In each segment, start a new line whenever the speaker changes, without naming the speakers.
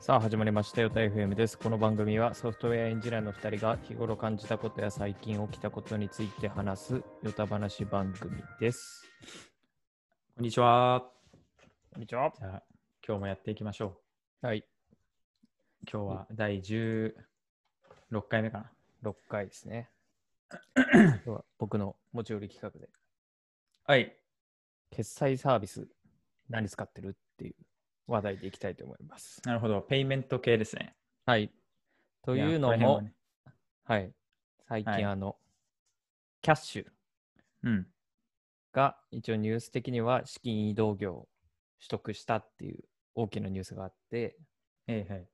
さあ始まりましたよた FM です。この番組はソフトウェアエンジニアの2人が日頃感じたことや最近起きたことについて話すよた話番組です。
こんにちは。
こんにちは。
じゃあ、今日もやっていきましょ
はい、
う。今日は第16回目かな。
6回です ね。今日は僕の持ち寄り企画で、
はい。
決済サービス何使ってるっていう話題でいきたいと思います。
なるほど。ペイメント系ですね。
はい。と
いや
いうの
こ
も、
辺はね
はい、最近、
はい
あの、キャッシュ
うん。
が一応ニュース的には資金移動業を取得したっていう大きなニュースがあって、
はいはい。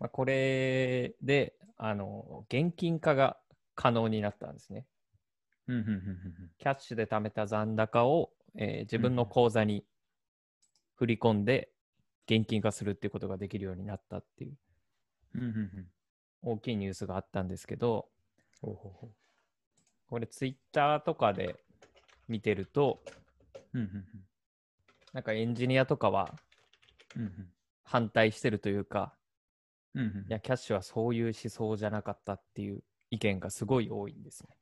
まあ、これであの現金化が可能になったんですね。
うんうんうんうん
キャッシュで貯めた残高を、えー自分の
うん
口座に振り込んで現金化するっていうことができるようになったっていう
うん。うんうんうん。
大きいニュースがあったんですけど、
ほうほうほ
これツイッターとかで見てると、
う。うんうん
なんかエンジニアとかは
うん。
反対してるというか、
うんうんう
い
ん
や、キャッシュはそういう思想じゃなかったっていう意見がすごい多いんですね。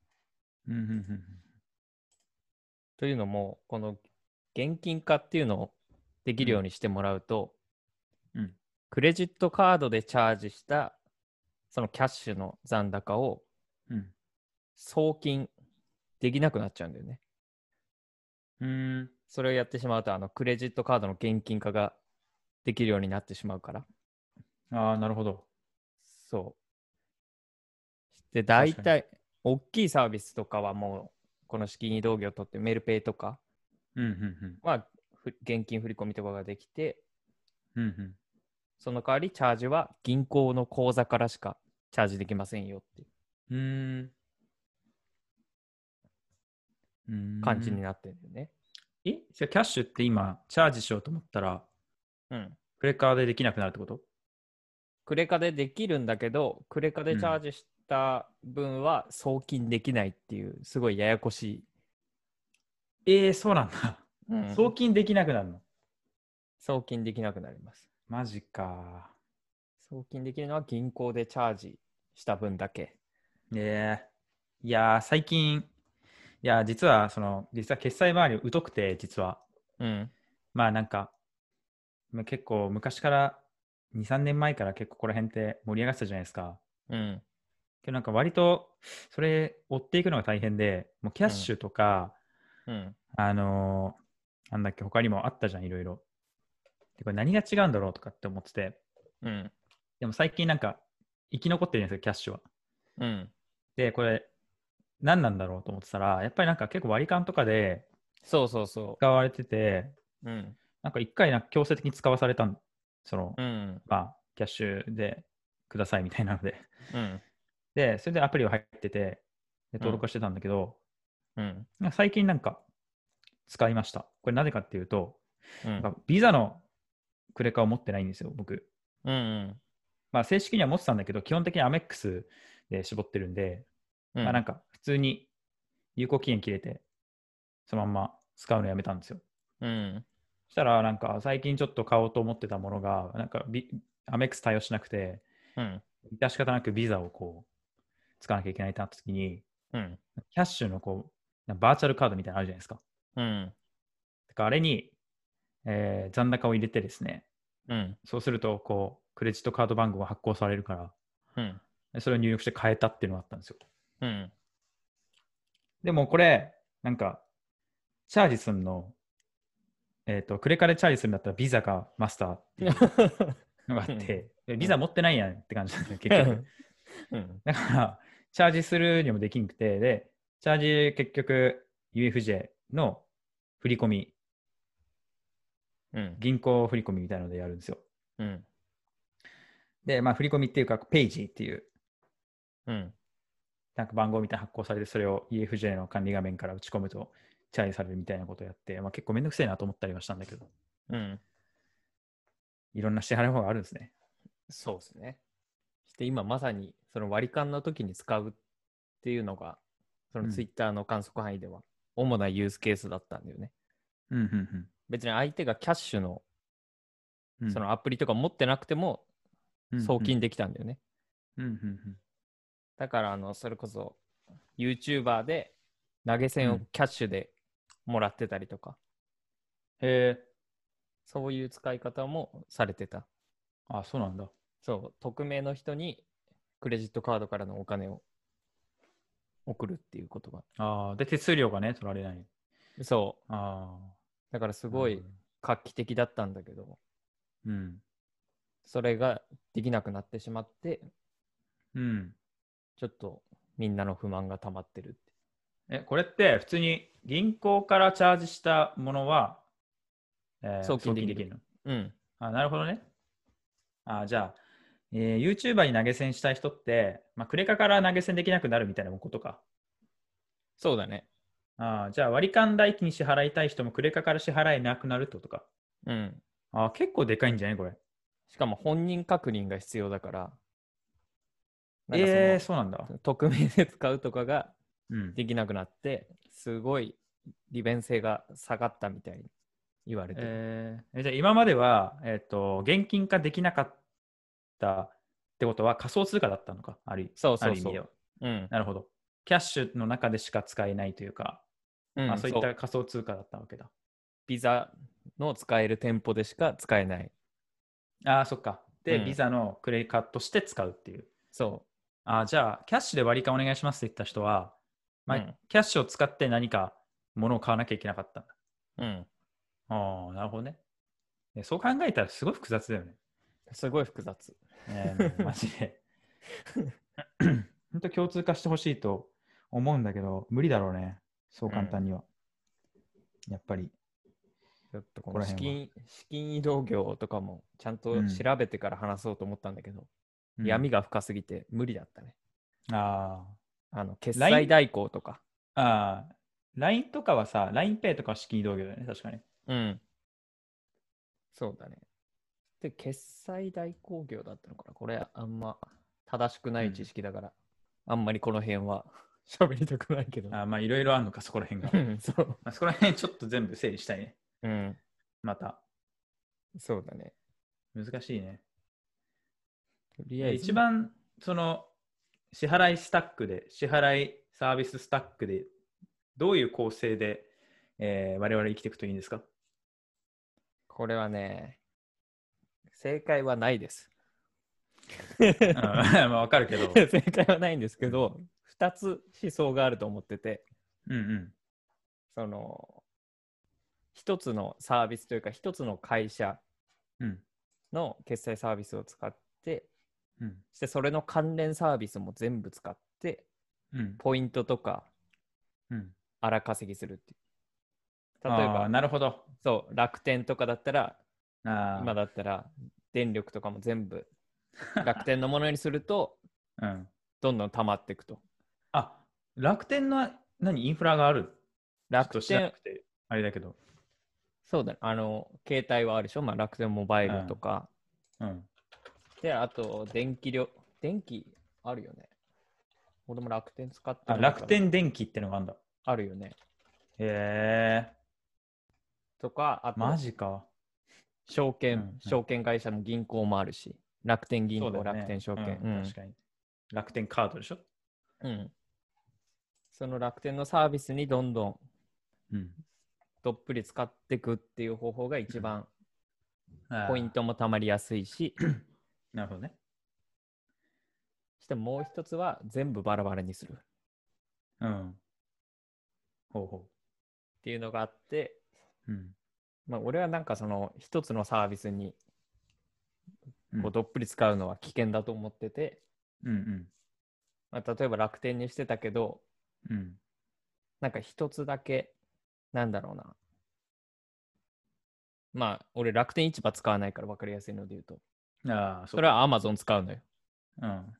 うんうんうん
というのも、この現金化っていうのをできるようにしてもらうと、
うん
クレジットカードでチャージしたそのキャッシュの残高を
うん
送金できなくなっちゃうんだよね。
うん。うん。
それをやってしまうと、あのクレジットカードの現金化ができるようになってしまうから。
ああ、なるほど。
そう。で、大体、大きいサービスとかはもう、この資金移動業とって、メルペイとか
うんうん
は、ふ現金振り込みとかができて、
うん。うん
その代わりチャージは銀行の口座からしかチャージできませんよってい
うん。うーん。うー
う
ん
感じになってるんだよね。
えじゃあキャッシュって今、チャージしようと思ったら、
うん。
クレカでできなくなるってこと
クレカでできるんだけど、クレカでチャージした分は送金できないっていう、すごいややこしい。
ええそうなんだ。
うん
送金できなくなるの
送金できなくなります。
マジか。
送金できるのは銀行でチャージした分だけ。
ねえ。いやー、最近、いやー、実は、その、実は決済周り疎くて、実は。
うん。
まあなんか、まあ結構昔から、2、3年前から結構ここら辺って盛り上がってたじゃないですか。
うん。
けどなんか割と、それ追っていくのが大変で、もうキャッシュとか、
うん。
あのーなんだっけ、他にもあったじゃん、いろいろ。で、これ何が違うんだろうとかって思ってて、
うん。
でも最近なんか、生き残ってるんですよ、キャッシュは。
うん。
で、これ、何なんだろうと思ってたら、やっぱりなんか結構割り勘とかで
そうそうそ
使われてて、
う。うん。
なんか一回なんか強制的に使わされたん、その、
うん。
まあ、キャッシュでくださいみたいなので。
うん。
で、それでアプリは入ってて、で登録はしてたんだけど、
うん。
なんか最近なんか使いました。これなぜかっていうと、
うん。
なんかビザのクレカを持ってないんですよ、僕。
うん。
まあ、正式には持ってたんだけど、基本的にアメックスで絞ってるんで、
うん。
まあ、なん
か、
か普通に有効期限切れて、そのまんま使うのやめたんですよ。
うん。
そしたら、なんか最近ちょっと買おうと思ってたものが、なんかビアメックス対応しなくて、
うん。
致し方なくビザをこう、使わなきゃいけないってなった時に、
うん。
キャッシュのこう、バーチャルカードみたいなのあるじゃないですか。
うん。
だからあれに、えー残高を入れてですね、
うん。
そうすると、こう、クレジットカード番号が発行されるか
う
ら
ん。、
でそれを入力して変えたっていうのがあったんですよ。
うん。
でもこれ、なんか、チャージすんの、えっ、と、クレカでチャージするんだったらビザかマスターっていうのがあって、でビザ持ってないやんって感じなんですよ、結局。
うん。
だから、チャージするにもできんくて、で、チャージ結局 UFJ の振り込み、
うん。
銀行振り込みみたいなのでやるんですよ。
うん。
で、まあ振り込みっていうか、ページっていう、
うん。
なんか番号みたいな発行されて、それを UFJ の管理画面から打ち込むと、チャージされるみたいなことをやって、まあ結構めんどくせえなと思ったりはしたんだけど、
うん。
いろんな支払い方があるんですね。
そうですね。して今まさにその割り勘の時に使うっていうのが、そのツイッターの観測範囲では主なユースケースだったんだよね。
うんうん
別に相手がキャッシュの
うんうん
そのアプリとか持ってなくても、
うん
送金できたんだよね。
うんうんうん
だから、あの、それこそ、YouTuber で投げ銭
う
を
ん
キャッシュでもらってたりとか、
へえ。
そういう使い方もされてた。
あ、そうなんだ。
そう、匿名の人にクレジットカードからのお金を送るっていうことが。
ああ、で、手数料がね、取られない。
そ
ああ。
う、だからす
す
ごい。画期的だったんだけど、
うん。
それができなくなってしまって、
うん。
ちょっとみんなの不満が溜まってるって。
え、これって、普通に銀行からチャージしたものは、えー
送金できる
の
うん。
あ、なるほどね。あ、じゃあ、えー、YouTuber に投げ銭したい人って、まあ、クレカから投げ銭できなくなるみたいなことか。
そうだね。
あーじゃあ、割り勘代金支払いたい人もクレカから支払えなくなるってことか。
うん。
あー結構でかいんじゃないこれ。
しかも本人確認が必要だから、なんかその
えー、そうなんだ。
匿名で使うとかが
うん。
できなくなって、すごい利便性が下がったみたいに言われてる。
えーえじゃあ今までは、えっと現金化できなかったってことは仮想通貨だったのかある
そうそ
あ
う
る意
そ
味で
う
は。
うん。
なるほどキャッシュの中でしか使えないというか、
うん
あ、そうい
そ
っ
う
た仮想通貨だったわけだ
ビザの使える店舗でしか使えない。
あーそっかで、
うん
ビザのクレカとして使うっていう
そ
あーじゃあキャッシュで割り勘お願いしますって言った人は、まあ
うん
キャッシュを使って何か物を買わなきゃいけなかったんだ
う。うん。
ああなるほどねえそう考えたらすごい複雑だよね
すごい複雑。
ねえもうマジで。本当共通化してほしいと思うんだけど、無理だろうね。そう簡単には。やっぱり。
ちょっとこ
こ
の
ら
資
辺は
金資金移動業とかもちゃんと
うん
調べてから話そうと思ったんだけど、闇
が。
が深すぎて無理だったね。
あ
あの決
LINE
済代行とか。
あ。ああ。LINE とかはさ、LINEPay とかは資金移動業だよね、確かに。
うん。そうだね。で、決済代行業だったのかなこれ、あんま正しくな
う
い
ん
知識だから、あんまりこの辺は 喋りたくないけど。
ああまあ、いろいろあるのか、そこ ら辺が。
う
ま
ん、そう。
あ、そこら辺ちょっと全部整理したいね。
うん、
また。
そうだね。
難しいね。
とりあえず。
一番、その、支払いスタックで、支払いサービススタックで、どういう構成で、えー我々生きていくといいんですか
これはね、正解はないです。
うん まあわかる けど。
正解はないんですけど、2つ思想があると思ってて、
うんうん。
その、1つのサービスというか、1つの会社
うん
の決済サービスを使って、
うん
そしてそれの関連サービスも全部使って、
うん
ポイントとか
うん。
荒稼ぎするっていう。例え
あー
ば、
なるほど。
そう、楽天とかだったら、
あ
今
だ。
だったら電力とかも全部楽天のものにすると、
うん、
どんどん溜まっていくと。
あ楽天の何インフラがあるちょ
楽
っと知らな
天、
くて、あれだけど。
そうだね、あの、携帯はあるでしょ、まあ、楽天モバイルとか、
うん。
で、あと、電気料、電気あるよね。俺も楽天使って
あ
ないから
楽天電気ってのがあるんだ。
あるよね。
へえ、
とか、あと、
マジか。
証券、
うんうん
証券会社も銀行もあるし、楽天銀行、
そうだよね
楽天証券、
う
うん
ん確かに。楽天カードでしょ
うんその楽天のサービスにどんどん
うん。
どっぷり使っていくっていう方法が一番
あー
ポイン。トもたまりやすいし、
なるほどね。
してもう一つは全部バラバラにするっ
うん。ほうほ
ていうのがあって、
う。うん。
まあ、俺はなんかその一つのサービスに
うん
こうどっぷり使うのは危険だと思ってて、
うんうん。
まあ、例えば楽天にしてたけど
うん。
なんか一つだけなんだろうなまあ俺楽天市場使わないから分かりやすいので言うと
ああ、
それは Amazon 使うのよ
は。
そ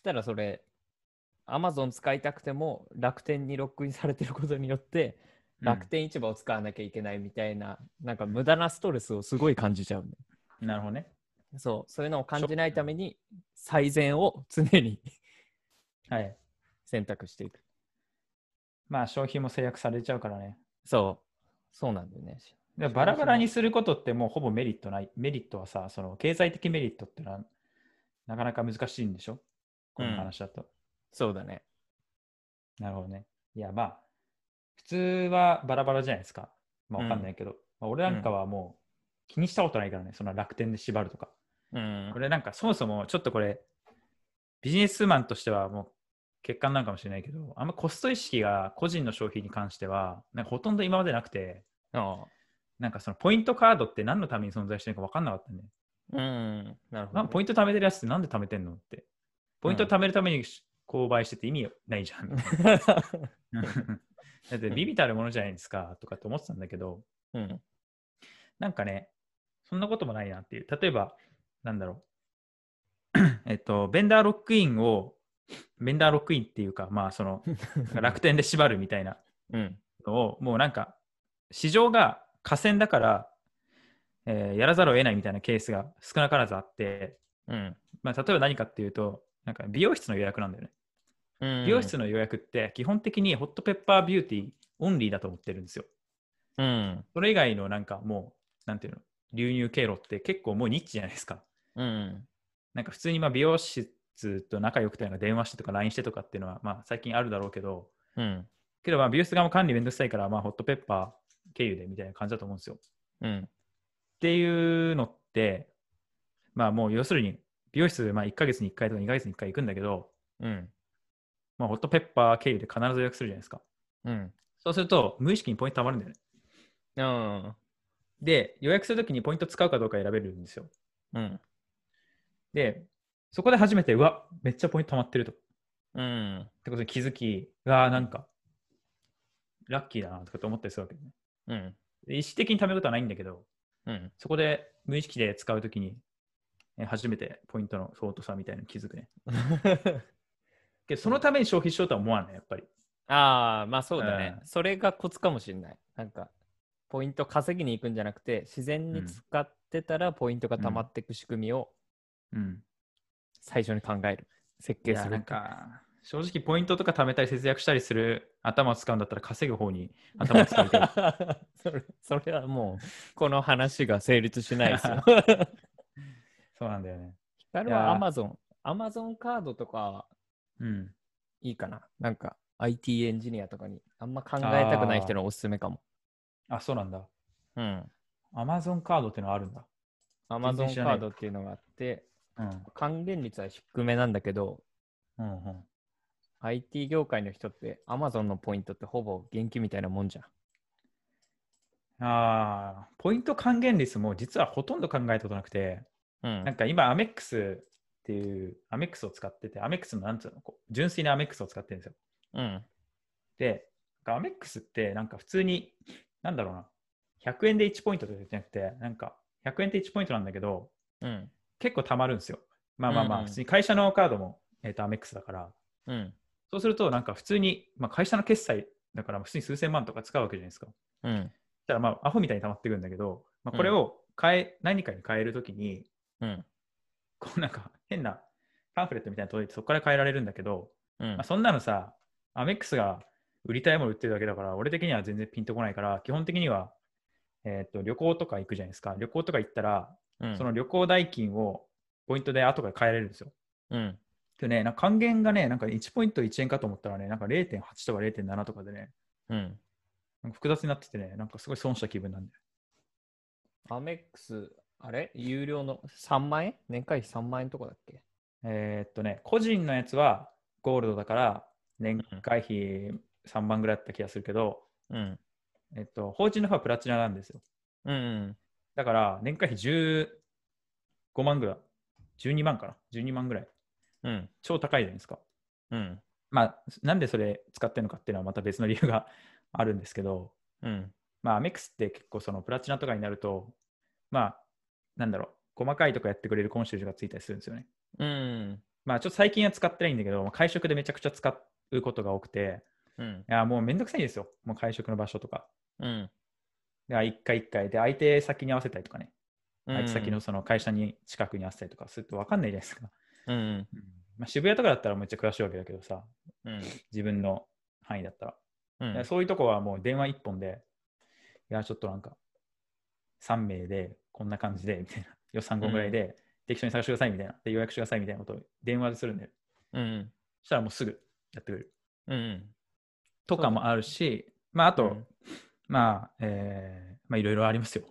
したらそれ Amazon 使いたくても楽天にロックインされてることによって
うん。
楽天市場を使わなきゃいけないみたいな、なんか無駄なストレスをすごい感じちゃうんだよ
なるほどね。
そう、そういうのを感じないために、最善を常に
はい。
選択していく。
まあ、消費も制約されちゃうからね。
そう、そうなんだよね。
でバラバラにすることってもうほぼメリットない。メリットはさ、その経済的メリットってのはなかなか難しいんでしょこの話だと。
そうだね。
なるほどね。いや、まあ、普通はバラバラじゃないですか。まあ、わかんないけど、まあ、俺なんかはもう気にしたことないからね、その楽天で縛るとか。
うん
こ。れなんかそもそもちょっとこれ、ビジネスマンとしてはもう欠陥なんかもしれないけど、あんまコスト意識が個人の消費に関しては、なんかほとんど今までなくて、
ああ
なんかそのポイントカードって何のために存在してるのか分かんなかったんで、
うん。なるほど、
な
ね。
ポイント貯めてるやつってなんで貯めてんのって。ポイント貯めるためにし購買してて意味ないじゃん。だってビビたるものじゃないですかとかって思ってたんだけど、
うん。
なんかね、そんなこともないなっていう。例えば、なんだろう。 えっと、ベンダーロックインを、ベンダーロックインっていうか、まあ、その、楽天で縛るみたいな
うん。
のを、もうなんか、市場が河川だから、えーやらざるを得ないみたいなケースが少なからずあって、
うん。
まあ、例えば何かっていうと、なんか美容室の予約なんだよね。
うん。
美容室の予約って、基本的にホットペッパービューティーオンリーだと思ってるんですよ。
うん。
それ以外のなんかもう、なんていうの、流入経路って結構もうニッチじゃないですか。
うん。
なんか普通にまあ美容室と仲良くてなんか電話してとか LINE してとかっていうのはまあ最近あるだろうけど、
うん。
けどまあ美容室側も管理めんどくさいからまあホットペッパー経由でみたいな感じだと思うんですよ。っ
うん。
ていうのって、まあもう要するに美容室まあ1ヶ月に1回とか2ヶ月に1回行くんだけど、
うん。
まあ、ホットペッパー経由で必ず予約するじゃないですか。
うん。
そうすると無意識にポイント貯まるんだよね。
うん。
で、予約するときにポイント使うかどうか選べるんですよ。
うん。
で、そこで初めて、うわ、めっちゃポイント貯まってると。
うん。
ってことに気づき、あーなんか、ラッキーだなとかと思ったりするわけね。
うん。
で意識的に貯めることはないんだけど、
うん。
そこで無意識で使うときに、え初めてポイントの尊さみたいなのに気づくね。けど、そのために消費しようとは思わない、やっぱり。
ああ、まあそうだね、
う
それがコツかもしれない。なんか、ポイント稼ぎに行くんじゃなくて、自然に使ってたらポイントが溜まっていく仕組みを
うん。
最初に考える。設
い
計す
や、
る。
なんか、正直ポイントとか貯めたり節約したりする頭を使うんだったら稼ぐ方に頭を使いた い。
それそれはもう、この話が成立しないですよ。
そうなんだよね。
ヒカル
いや
は
ー
Amazon、Amazon カードとか
うん。
いいかな。なんか IT エンジニアとかにあんま考えたくない人のおすすめかも。
あ、そうなんだ。
うん。
Amazon カードってのはあるんだ。全然
Amazon
知ら
カ
ない
ードっていうのがあって、
うん。
還元率は低めなんだけど、
うんうん。
IT 業界の人って Amazon のポイントってほぼ現金みたいなもんじゃん。
ああ、ポイント還元率も実はほとんど考えたことなくて、
うん
なんか今、アメックスっていう、アメックスを使ってて、アメックスのなんつうの、こう純粋なアメックスを使ってるんですよ。
うん。
で、なんかアメックスって、なんか普通に、なんだろうな、100円で1ポイントとかじゃなくて、なんか100円で1ポイントなんだけど、
うん。
結構貯まるんですよ。まあまあま
うんう
あ、
ん
普通に会社のカードも、えっとアメックスだから、
うん。
そうすると、なんか普通に、まあ、会社の決済だから、普通に数千万とか使うわけじゃないですか。
うん。
だからまあ、アホみたいに溜まってくるんだけど、まあ、これを変え、何かに変えるときに、
うん。
こうなんか変なパンフレットみたいなの届いて、そこから変えられるんだけど、
うん
まあ、そんなのさ、アメックスが売りたいもの売ってるだけだから、俺的には全然ピンとこないから、基本的には、えーっと旅行とか行くじゃないですか。旅行とか行ったら、
うん。
その旅行代金をポイントで後から変えられるんですよ。
うん。
でね、なんか還元がね、なんか1ポイント1円かと思ったらね、なんか0.8とか0.7とかでね、
うん。
なんか複雑になっててね、なんかすごい損した気分なんだよ
アメックス、あれ有料の3万円年会費3万円とかだっけ
えーっとね、個人のやつはゴールドだから年会費3万ぐらいだった気がするけど、
うん。
えっと、法人の方はプラチナなんですよ。
うん。
だから年会費15万ぐらい、12万かな、12万ぐらい、
うん。
超高いじゃないですか。
うん。
まあ、なんでそれ使ってるのかっていうのはまた別の理由が あるんですけど、
うん。
まあ、アメックスって結構そのプラチナとかになると、まあ、なんだろう、細かいとかやってくれるコンシェルジュがついたりするんですよね。
うん。
まあ、ちょっと最近は使ってないんだけど、まあ会食でめちゃくちゃ使うことが多くて、
うん。
いや、もうめんどくさいですよ。もう会食の場所とか。
うん。
で、一回一回。で、相手先に合わせたりとかね。相手先
先
のその会社に近くに合わせたりとかすると分かんないじゃないですか。
うん。
まあ、渋谷とかだったらめっちゃ詳しいわけだけどさ、
うん。
自分の範囲だったら。
う
いや
ん。
そういうとこはもう電話一本で、いや、ちょっとなんか、 3名で、こんな感じで、みたいな。予算5ぐらいで、適当に探してください、みたいな。で、予約してください、みたいなことを電話でするんだよ。
うん。
そしたらもうすぐやってくれる。
うん。
とかもあるし、まあ、あと、
うん
まあ、えーまあ、いろいろありますよ。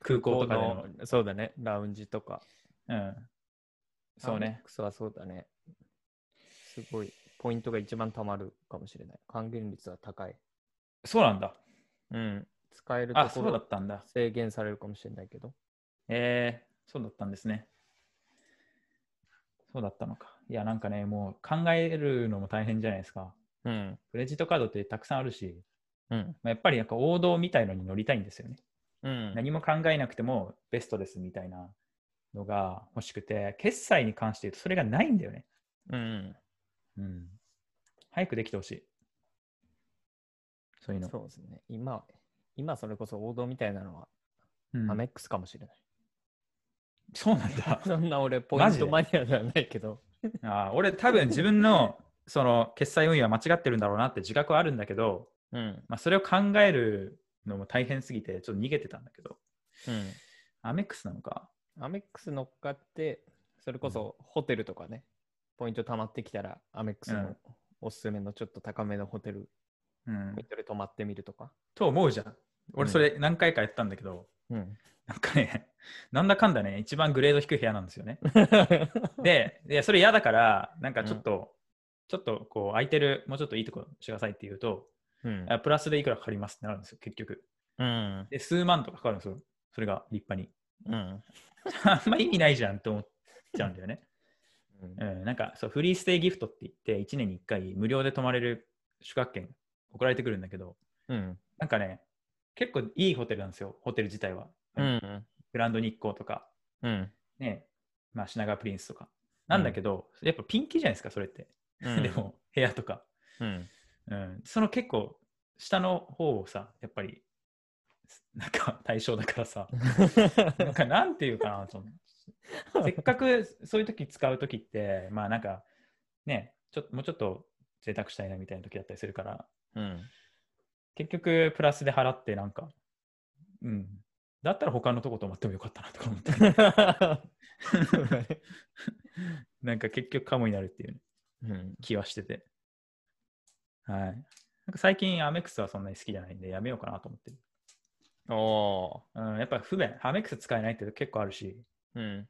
空港とかでの。
の、そうだね。ラウンジとか。
うん。そうね。。
クスはそうだね。すごい。ポイントが一番貯まるかもしれない。還元率は高い。
そうなんだ。
うん。使えると
あ、
こ
そうだ
ろ
ったんだ。
制限されるかもしれないけど。
えー、そうだったんですね。そうだったのか。いや、なんかね、もう考えるのも大変じゃないですか。
うん。
クレジットカードってたくさんあるし、
うん。
まあ、やっぱりなんか王道みたいのに乗りたいんですよね。
うん。
何も考えなくてもベストですみたいなのが欲しくて、決済に関して言うとそれがないんだよね。
うん。
うん。早くできてほしい。そういうの。
そうですね。今、今それこそ王道みたいなのは、
うん
アメックスかもしれない。。
そうなんだ
そんな俺、ポイ
マ
ン
ジで
トマニアではないけど。
あー俺多分自分のその決済運用は間違ってるんだろうなって自覚はあるんだけど、
うん。
まあ、それを考えるのも大変すぎて、ちょっと逃げてたんだけど、
うん。
アメックスなのか。
アメックス乗っかって、それこそホテルとかね、ポイント貯まってきたら、アメックス
う
の
ん
おすすめのちょっと高めのホテル、
うん
ポイントで泊まってみるとか。
と思うじゃん。俺
うん
それ何回かやったんだけど、
うん。
なんかね、 なんだかんだね、一番グレード低い部屋なんですよね。で、いやそれ嫌だから、なんかちょっと、ちょっとこう空いてる、もうちょっといいとこしてくださいって言うと、
うん
あプラスでいくらかかりますってなるんですよ、結局。
うん。
で、数万とかかかるんですよ、それが立派に。
うん。
あんま意味ないじゃんって思っちゃうんだよね。
うん
うん、なんかそうフリーステイギフトって言って1年に1回無料で泊まれる宿泊券送られてくるんだけど
うん。
なんかね結構いいホテルなんですよホテル自体は、
うん。
グランド日光とか、
うん。
ねまあ、品川プリンスとかなんだけど、やっぱピンキーじゃないですかそれって、
うん
でも部屋とか、
うん。
うん、その結構下の方をさやっぱりなんか対象だからさなんかなんていうかなと思うせっかくそういう時使う時って、まあなんか、ね、ちょもうちょっと贅沢したいなみたいな時だったりするから、
うん。
結局プラスで払ってなんか、うん。だったら他のとこと思ってもよかったなとか思って、なんか結局カモになるっていう
うん。
気はしてて。はい。なんか最近アメックスはそんなに好きじゃないんでやめようかなと思ってる。
お
うん、やっぱ不便。アメックス使えないって結構あるし、
ー。うん。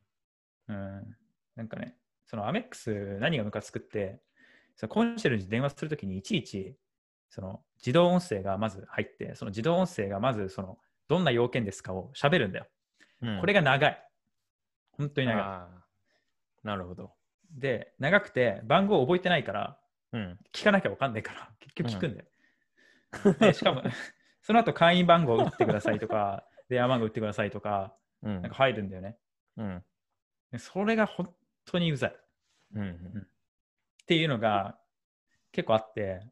うんなんかね、そのアメックス何がムカつくって、そのコンシェルジュに電話するときにいちいち、その自動音声がまず入って、その自動音声がまずそのどんな要件ですかを喋るんだよ。
うん。
これが長い。本当に長い。
あーなるほど。
で、長くて番号を覚えてないから、
うん。
聞かなきゃわかんないから、結局聞くんだよ。でしかも、その後会員番号を打ってくださいと か、電話番号打ってくださいとか、
うん
なんか入るんだよね。
うん。
でそれが本当にうざい。
うん。
っていうのが結構あって、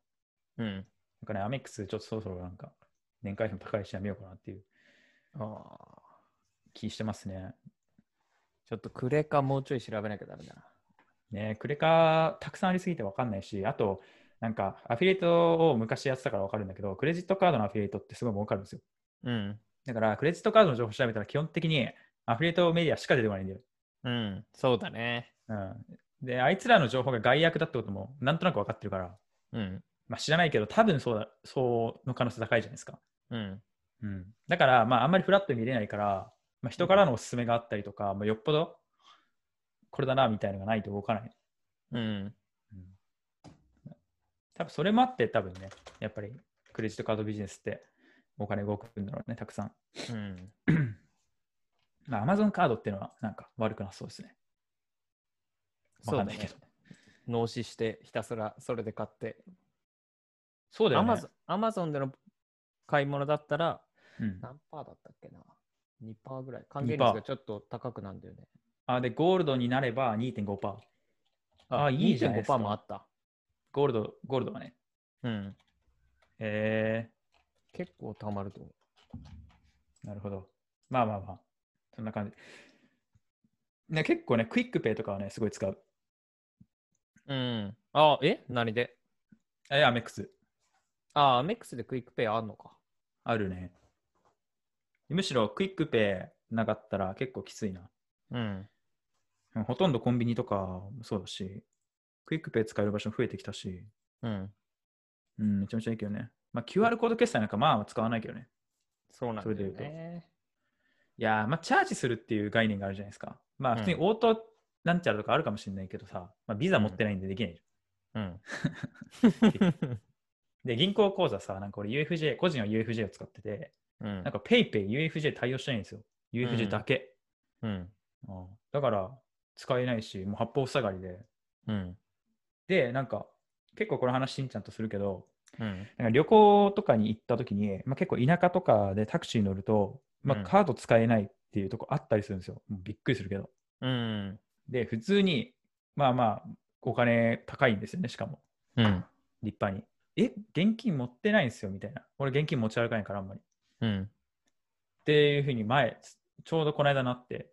うん。
なんかね、アメックスちょっとそろそろなんか年会費も高いしやめようかなっていう
ああ。
気してますね。
ちょっとクレカもうちょい調べなきゃダメだな。
ねクレカたくさんありすぎてわかんないし、あとなんかアフィリエイトを昔やってたからわかるんだけど、クレジットカードのアフィリエイトってすごい儲かるんですよ。
うん。
だからクレジットカードの情報調べたら基本的にアフィリエイトメディアしか出てこないんだよ。
うん。そうだね。
うん、で、あいつらの情報が害悪だってこともなんとなくわかってるから、
うん。
まあ、知らないけど多分そうだ、そうの可能性高いじゃないですか。
うん。
うん、だから、まあ、あんまりフラットに見れないから、まあ、人からのおすすめがあったりとか、まあ、よっぽどこれだなみたいなのがないと動かない。
うん。
多分それもあって、多分ね、やっぱりクレジットカードビジネスってお金動くんだろうね、たくさん。
うん。
まあ、Amazon カードっていうのはなんか悪くなさそうですね。わ
そう
か
だ
んないけ
ね
ど。。
納資して、ひたすらそれで買って。
そうだ
ア
よね。
マゾンアマゾンでの買い物だったら、
うん
何パーだったっけな ?2 パーぐらい。還元率がちょっと高くなんだよね。
あで、ゴールドになれば2.5%。あいいじゃないですか
2.5%もあった。
ゴールド、ゴールドはね。
うん。
え
結構たまると思
ー、なるほど。まあまあまあ、そんな感じ。ね、結構ね、クイックペイとかはね、すごい使う。
う。うん。あ、え何で
え、アメックス。
あ、アメックスでクイックペイあんのか。
あるね。むしろクイックペイなかったら結構きついな。
うん。
うんほとんどコンビニとかもそうだし、クイックペイ使える場所増えてきたし、
うん。
うん、めちゃめちゃいいけどね。まあ、QR コード決済なんかまあ使わないけどね。
そうなんだよ
それで
ね。
いやー、まあ、チャージするっていう概念があるじゃないですか。まあ、普通に
うん
オートなんちゃらとかあるかもしれないけどさ、まあ、ビザ持ってないんでできないじ
うん。
ゃん。で、銀行口座さ、なんか俺 UFJ、個人は UFJ を使ってて、
うん
なん。か PayPay、UFJ 対応してないんですよ。UFJ だけ。
うん。
うんだから、使えないし、もう八方塞がりで。
うん。
で、なんか、結構この話、しんちゃんとするけど、
うん。
なんか旅行とかに行った時に、まあ、結構田舎とかでタクシー乗ると、ま
う
あ、
ん
カード使えないっていうとこあったりするんですよ。もうびっくりするけど。
うん。
で、普通に、まあまあ、お金高いんですよね、しかも。
うん。
立派に。え、現金持ってないんですよ、みたいな。俺、現金持ち歩かないから、あんまり。
うん。
っていうふうに前、ちょうどこの間なって、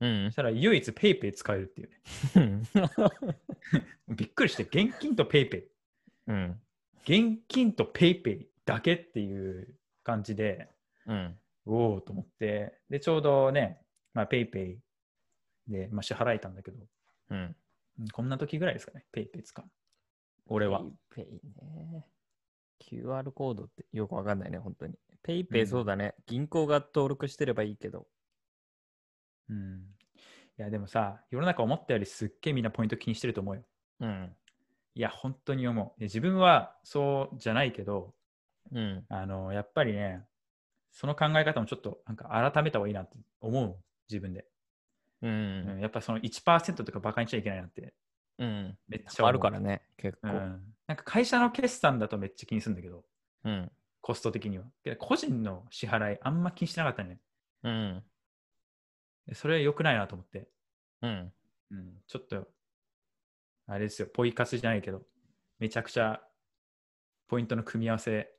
うん
そし。たら唯一 PayPay 使えるっていうね。びっくりして、現金と PayPay。
うん。
現金と PayPay だけっていう感じで、
うん。
おおと思って、で、ちょうどね、まあ、PayPay で、まあ、支払えたんだけど、
うん。
うんこんな時ぐらいですかね、PayPay 使う。俺は。
ペイね。QR コードってよくわかんないね、本当に。ペイペイそうだね。銀行が登録してればいいけど。
うん。いや、でもさ、世の中思ったよりすっげえみんなポイント気にしてると思うよ。
うん。
いや、本当に思う。で自分はそうじゃないけど、
うん。
あの、やっぱりね、その考え方もちょっとなんか改めた方がいいなって思う、自分で。
う
うん、
ん。
やっぱその1%とかバカにしちゃいけないなって、
うん。
めっちゃ思う
あるからね、結
う
構。
ん、なんか会社の決算だとめっちゃ気にするんだけど、
うん。
コスト的には。けど個人の支払いあんま気にしてなかったね。
うん。
でそれは良くないなと思って。
うん。
うん、ちょっと、あれですよ、ポイ活じゃないけど、めちゃくちゃポイントの組み合わせ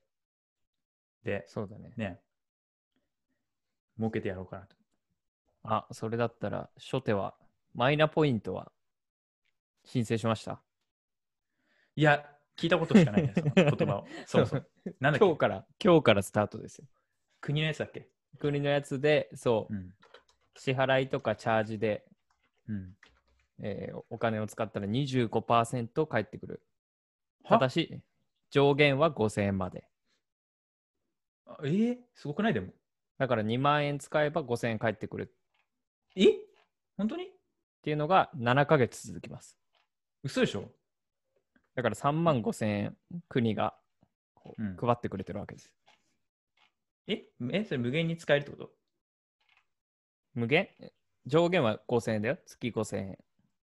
で、
そうだね。
ね、儲けてやろうかなと。
あ、それだったら、初手は、マイナポイントは申請しました。
いや、聞いたことしかないね、その言 葉を。そう もそう。なんだっ
今日
け
から、今日からスタートですよ。
国のやつだっけ
国のやつで、そう、
うん。
支払いとかチャージで、
うん。
えーお金を使ったら25%返ってくる。
は
ただし、上限は5000円まで。
あえー、すごくないでも。
だから2万円使えば5000円返ってくるっ
え本当に
ていうのが7ヶ月続きます。
嘘でしょ
だから3万5000円国がこう
うん
配ってくれてるわけです。
ええそれ無限に使えるってこと
無限上限は5000円だよ。月5000円。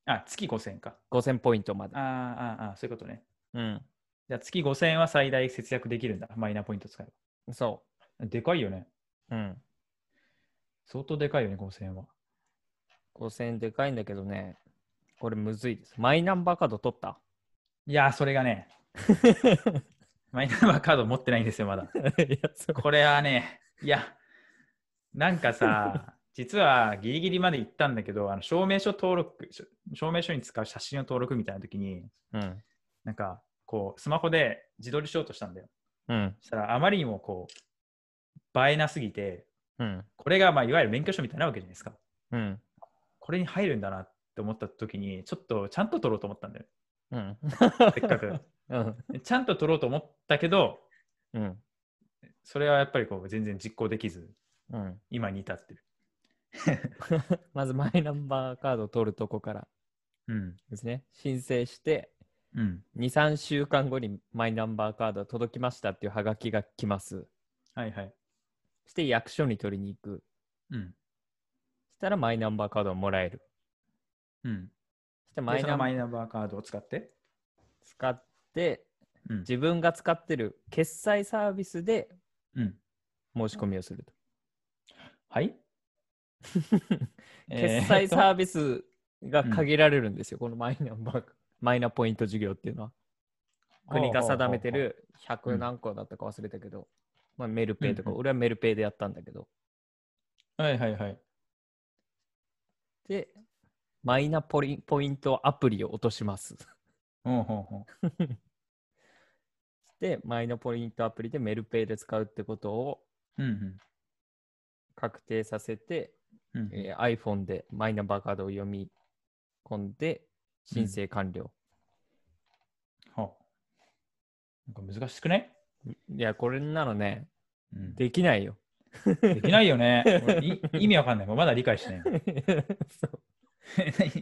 あ、月5000円か。
5000ポイントまで
あ。ーあー、あーそういうことね。
うん。
じゃあ月5000円は最大節約できるんだ。マイナポイント使え
そ
ば。でかいよね。
う。うん。
相当でかいよね、5000円は。
5000円でかいんだけどね、これむずいです。マイナンバーカード取 った
いやー、それがね、マイナンバーカード持ってないんですよ、まだ。
いや、そ
これはね、いや、なんかさ、実はギリギリまで行ったんだけど、あの証明書登録、しょ証明書に使う写真を登録みたいな時に、
うん。
なんか、こう、スマホで自撮りしようとしたんだよ。
うん。
そしたら、あまりにもこう、映えなすぎて、
うん。
これが、まあ、いわゆる免許証みたいなわけじゃないですか。
うん。
これに入るんだなって思った時に、ちょっとちゃんと撮ろうと思ったんだよ。
うん。
せっかく。
うん。
ちゃんと撮ろうと思ったけど、
うん。
それはやっぱりこう全然実行できず、
うん。
今に至ってる。
まずマイナンバーカード取るとこから
うん。
ですね。申請して、
うん。
2、3週間後にマイナンバーカード届きましたっていうハガキが来ます。
はいはい。
して役所に取りに行く。
うん。
したらマイナンバーカードをもらえる。
うん。
して
マ
マ
イ
イ
ナ
ナンバ
マ
ー
イナンバーカードを使って、
使って、
うん。
自分が使ってる決済サービスで
うん、
申し込みをすると。
はい
決済
ー
サービスが限られるん ですよ、このマイナンバー、マイナポイント事業っていうのは。国が定めて。る
う
100
ん
何個だったか忘れたけど、まあ、メルペイとか、
うんうん
俺はメルペイでやったんだけど、
ほうほうほうはいはいはい。
で、マイナポリポイントアプリを落とします。
ほうほうほ
で、マイナポイントアプリでメルペイで使うってことを
う。うんうん。
確定させて、
うん
えー iPhone でマイナンバーカードを読み込んで申請完了。
はあなんか難しくない、
いや、これなのね、
うん、で
できないよ。
きないよね。俺 い意味わかんない。まだ理解 してない。
そう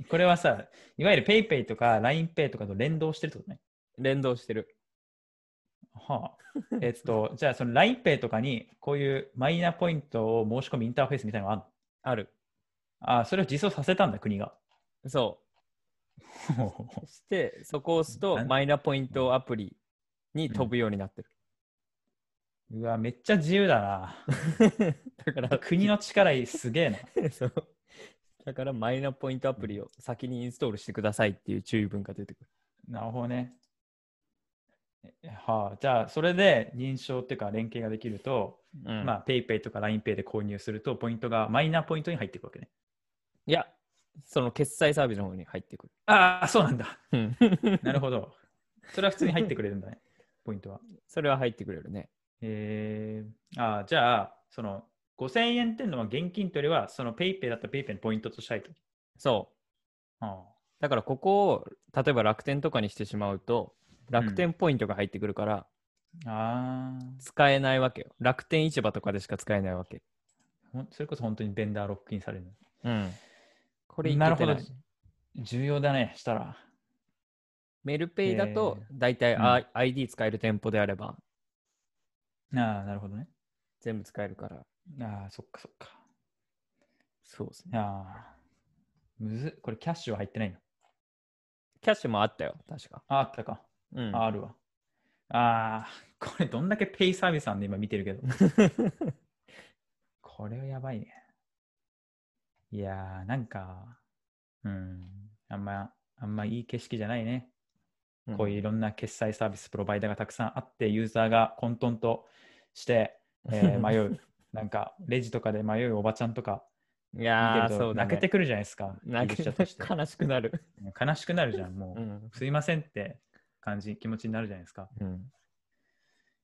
これはさ、いわゆる PayPay とか LINEPay とかと連動してるってことね。
連動してる。
はあ、えっと、じゃあその LINEPay とかにこういうマイナポイントを申し込みインターフェースみたいなのがあるの
ある。
ああ、それを実装させたんだ、国が。
そ
ほ
う。して、そこを押すと
なん
マイナポイントアプリに飛ぶようになってる。
ううわ、めっちゃ自由だな。
だから、
国の力すげえな。
そう。だからマイナポイントアプリを先にインストールしてくださいっていう注意文が出てくる。
なるほどね。えはあ、じゃあ、それで認証っていうか連携ができると、
うん
まあ、PayPay とか LINEPay で購入すると、ポイントがマイナポイントに入っていくわけね。
いや、その決済サービスの方に入ってくる。
ああ、そうなんだ。
うん、
なるほど。それは普通に入ってくれるん だね、ポイントは。
それは入ってくれるね。
えー、あーじゃあ、その5000円っていうのは現金というよりは、その PayPay だったら PayPay のポイントとしたいと。
そう。
あ
だからここを例えば楽天とかにしてしまうと楽天ポイントが入ってくるから
ーあー
使えないわけよ、楽天市場とかでしか使えないわけ
ほんそれこそ本当にベンダーロックインされるの。
うんこれいけて
な
な
る
い
ほど。重要だね、したら。
メルペイだと
え
大体、
うん
あ ID 使える店舗であれば
ああ、なるほどね。
全部使えるから
ああ、そっかそっか。
そうですね
ああ。むずっこれキャッシュは入ってないの
キャッシュもあったよ確か、
ああったか。
うん、
ああるわ。ああ、これどんだけペイサービスなんで今見てるけど。これはやばいね。いやー、なんか、うん、あんま、あんまいい景色じゃないね。こういういろんな決済サービスプロバイダーがたくさんあって、ユーザーが混沌として、え ー迷う。なんか、レジとかで迷うおばちゃんとか
うんい
見て
やー
ると
そうだ、
泣けて
ね、
くるじゃないですか。
泣け
ち
て
ゃんとして。
悲しくなる、
悲しくなるじゃん、も
う
う。
ん
すいませんって感じ、気持ちになるじゃないですか。
うん、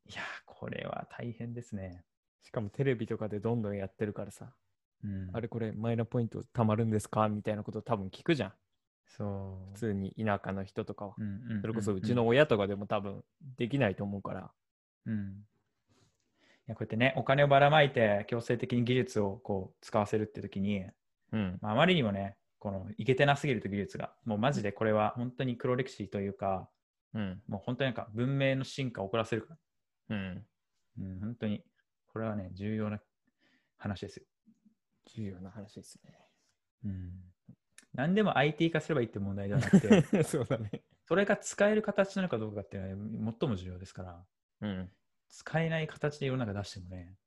いやー、これは大変ですね。
しかもテレビとかでどんどんやってるからさ
うん、
あれこれマイナポイント貯まるんですかみたいなこと多分聞くじゃん
そう。
普通に田舎の人とかは。
うんんんん
それこそうちの親とかでも多分できないと思うから。
うんいやこうやってね、お金をばらまいて強制的に技術をこう使わせるって時に、
うん。
まあ、あまりにもね、このいけてなすぎると技術が、もうマジでこれは本当に黒歴史というか、
うん。
もう本当になんか文明の進化を起こらせるから、
うん。
うん、本当にこれはね、重要な話ですよ。
重要な話です
うん、何でも IT 化すればいいって問題ではなくて、
ね。 そうだね。
それが使える形なのかどうかっていうのは最も重要ですから、
うん。
使えない形で世の中出してもね、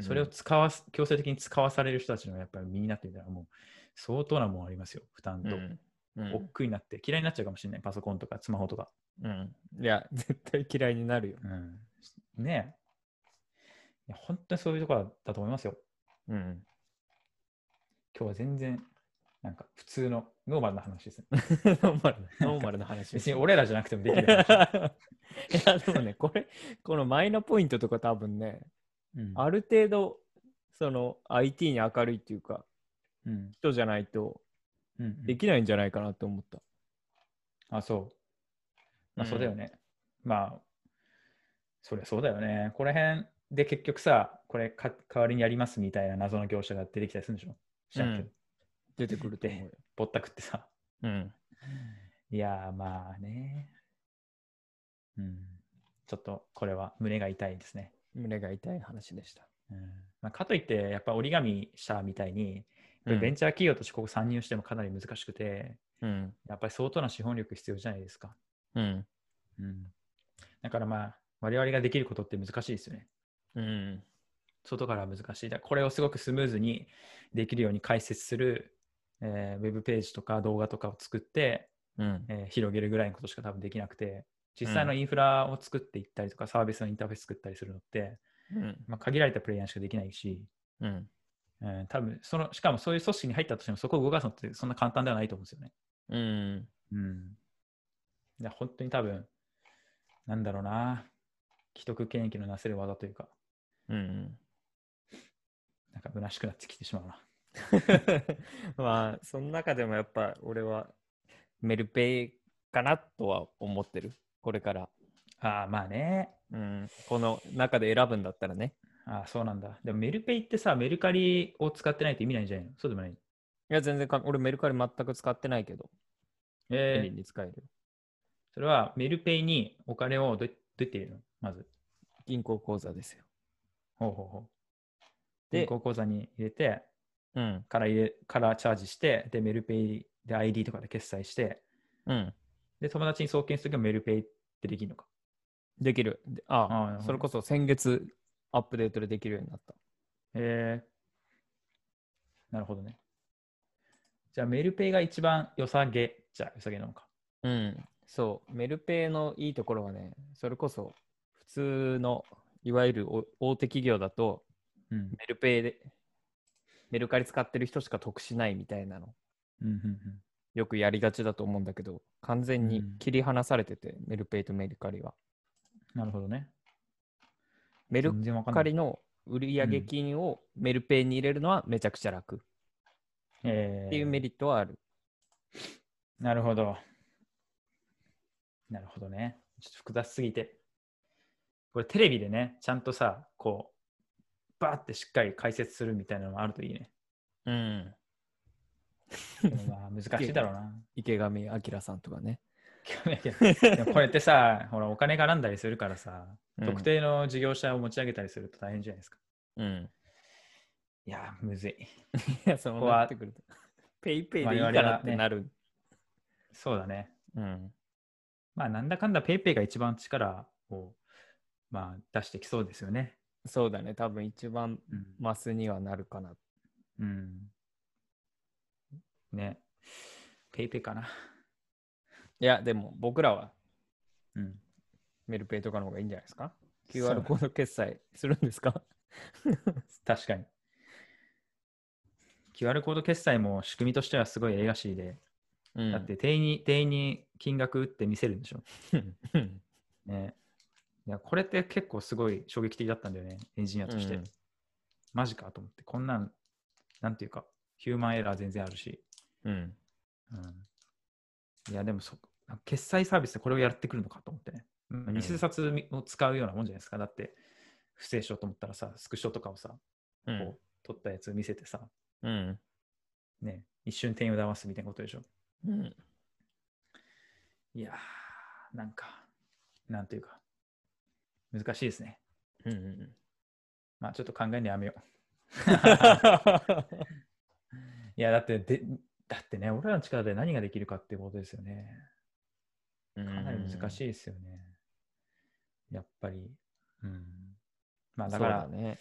それを使わす強制的に使わされる人たちのやっぱり身になってみたらもう相当なもんありますよ負担
う
と、
ん。
億劫になって嫌いになっちゃうかもしれないパソコンとかスマホとか、
うん。いや、 絶対嫌いになるよ。
うん、ねえいや本当にそういうところだと思いますよ
うん。
今日は全然なんか普通のノーマルな話ですね
ノーマルな、ノーマルな話です
別に俺らじゃなくてもで き
い
る 話、
や、でもね、これ、このマイナポイントとか多分ね、
うん
ある程度、その IT に明るいっていうか、
うん
人じゃないと
うんうん
できないんじゃないかなと思った。
あそうまあそうだよ
ね。
ね、まあそりゃそうだよねこの辺で結局さこれか代わりにやりますみたいな謎の業者が出てきたりするんでしょ知らんけど、
うん出てくると思うよ。
ぼったくってさ。
うん。
いやー、まあね。うん。ちょっとこれは胸が痛いですね。
胸が痛い話でした。
うんまあ、かといって、やっぱ折り紙社みたいに、やっぱりベンチャー企業としてここ参入してもかなり難しくて、
うん。
やっぱり相当な資本力必要じゃないですか。
うん。
うん。だからまあ、我々ができることって難しいですよね。
うん。
外からは難しい。だからこれをすごくスムーズにできるように解説する、えーウェブページとか動画とかを作って、
うん。
えー広げるぐらいのことしか多分できなくて、実際のインフラを作っていったりとか、サービスのインターフェース作ったりするのって、
うん。
まあ、限られたプレイヤーにしかできないし、
うん。
うん、多分そのしかもそういう組織に入ったとしても、そこを動かすのってそんな簡単ではないと思うんですよね。
うん。
うん、いや本当に多分、なんだろうな、既得権益のなせる技というか、
うん。
なんか虚しくなってきてしまうな。
まあ、その中でもやっぱ俺はメルペイかなとは思ってる。これから。
ああ、まあね。
うん。この中で選ぶんだったらね。
ああ、そうなんだ。でもメルペイってさ、メルカリを使ってないと意味ないんじゃないのそうでもない。
いや、全然か、俺メルカリ全く使ってないけど、便利
えー、
に使えるよ。
それはメルペイにお金をどうやどうやって入れるのまず。
銀行口座ですよ。
ほうほうほう。
で
銀行口座に入れて、
うん。
から入れ、からチャージして、で、メルペイで ID とかで決済して、
うん。
で、友達に送金するときはメルペイってできるのか。
できる。であ
ああ
あ、それこそ先月アップデートでできるようになった。
えー、なるほどね。じゃあ、メルペイが一番良さげじゃあ良さげなのか。
うん。そう。メルペイのいいところはね、それこそ普通のいわゆるお大手企業だと
うん。
メルペイでメルカリ使ってる人しか得しないみたいなの
うんうんうん、
よくやりがちだと思うんだけど完全に切り離されてて、メルペイとメルカリは
なるほどね。
メル
全然わかん
カ
ない
リの売上金をメルペイに入れるのはめちゃくちゃ楽
えー
っていうメリットはある、
なるほど。なるほどね。ちょっと複雑すぎて。これテレビでね、ちゃんとさ、こう、バーってしっかり解説するみたいなのもあるといいね。
うん
でもまあ難しいだろうな。
池上彰さんとかね
でもこうやってさ、ほら、お金絡んだりするからさ、
うん
特定の事業者を持ち上げたりすると大変じゃないですか。
うん
いやー、むずい。
いやそ
こ
の
こは
なってくると ペイペイでいいからってなる、
そうだね。
うん
まあ、なんだかんだ PayPay ペイペイが一番力を、まあ、出してきそうですよね。
そうだね多分一番
うん
マスにはなるかな
うん。ね。ペイペイかな。
いやでも僕らは
うん。
メルペイとかの方がいいんじゃないですか
そう
?QR コード決済するんですか
確かに。QR コード決済も仕組みとしてはすごいレガシーで、
うん
だって店員に、店員に金額打って見せるんでしょ。
うん
ね。いや、これって結構すごい衝撃的だったんだよね、エンジニアとして。
うん
マジかと思って、こんなん、なんていうか、ヒューマンエラー全然あるし。
うん
うん、いや、でもそ、決済サービスでこれをやってくるのかと思ってね。まあ
うん
偽札を使うようなもんじゃないですか。だって、不正しようと思ったらさ、スクショとかをさ、こ
う
うん撮ったやつ見せてさ、
うん
ね、一瞬店員を騙すみたいなことでしょ。
うん
いやー、なんか、なんていうか、難しいですね。
うん
まあ、ちょっと考えるのやめよう。
う
いや、だってで、だってね、俺らの力で何ができるかっていうことですよね。
ん
かなり難しい
い
ですよね。やっぱり。うん。まあ
だ
だ
か
か
ら
ら、
ね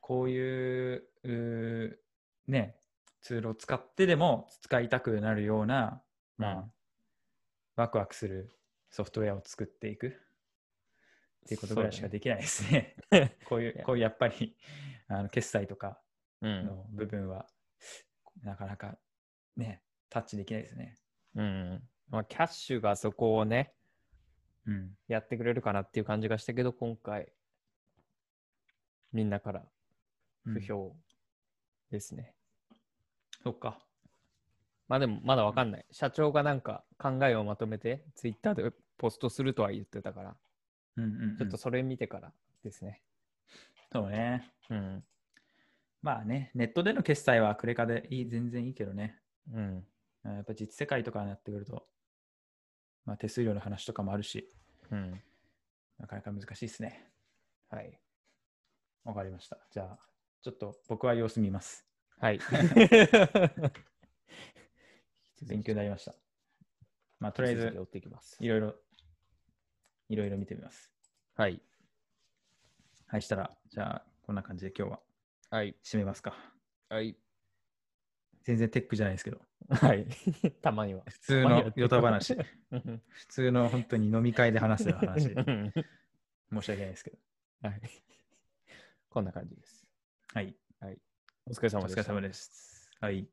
こういううーね、ツールを使ってでも使いたくなるような、まあ、
うん
ワクワクするソフトウェアを作っていくっていうことぐらいしかできないですね。 こうい、
いうや
こういうやっぱり、あの決済とか
うん
の部分は、なかなかね、タッチできないですね。
うんまあキャッシュがそこをね
うん。
やってくれるかなっていう感じがしたけど今回みんなから
うん
不評ですね
そっか。
まあでもまだわかんない社長がなんか考えをまとめてツイッターでポストするとは言ってたから
うんうんうん
ちょっとそれ見てからですね。
そうね。
うん。
まあね、ネットでの決済はクレカでいい全然いいけどね、
うん。
うんやっぱ実世界とかになってくると、まあ、手数料の話とかもあるし、
うん。
なかなか難しいですね。
はい。
わかりました。じゃあ、ちょっと僕は様子見ます。
はい。
勉強になりました。まあ、とりあえず
追、っていきます。
いろいろ、いろいろ見てみます。
はい。
はい、したら、じゃあ、こんな感じで今日は
はい。
締めますか。
はい。
全然テックじゃないですけど、
はい。 たまには。
普通のヨタ 話、
うん
普通の本当に飲み会で話すような話、 申し
うん
訳ないですけど。
はい。こんな感じです。
はい、
お疲れ
お
様で
疲
し
れ
た。
様です。はい。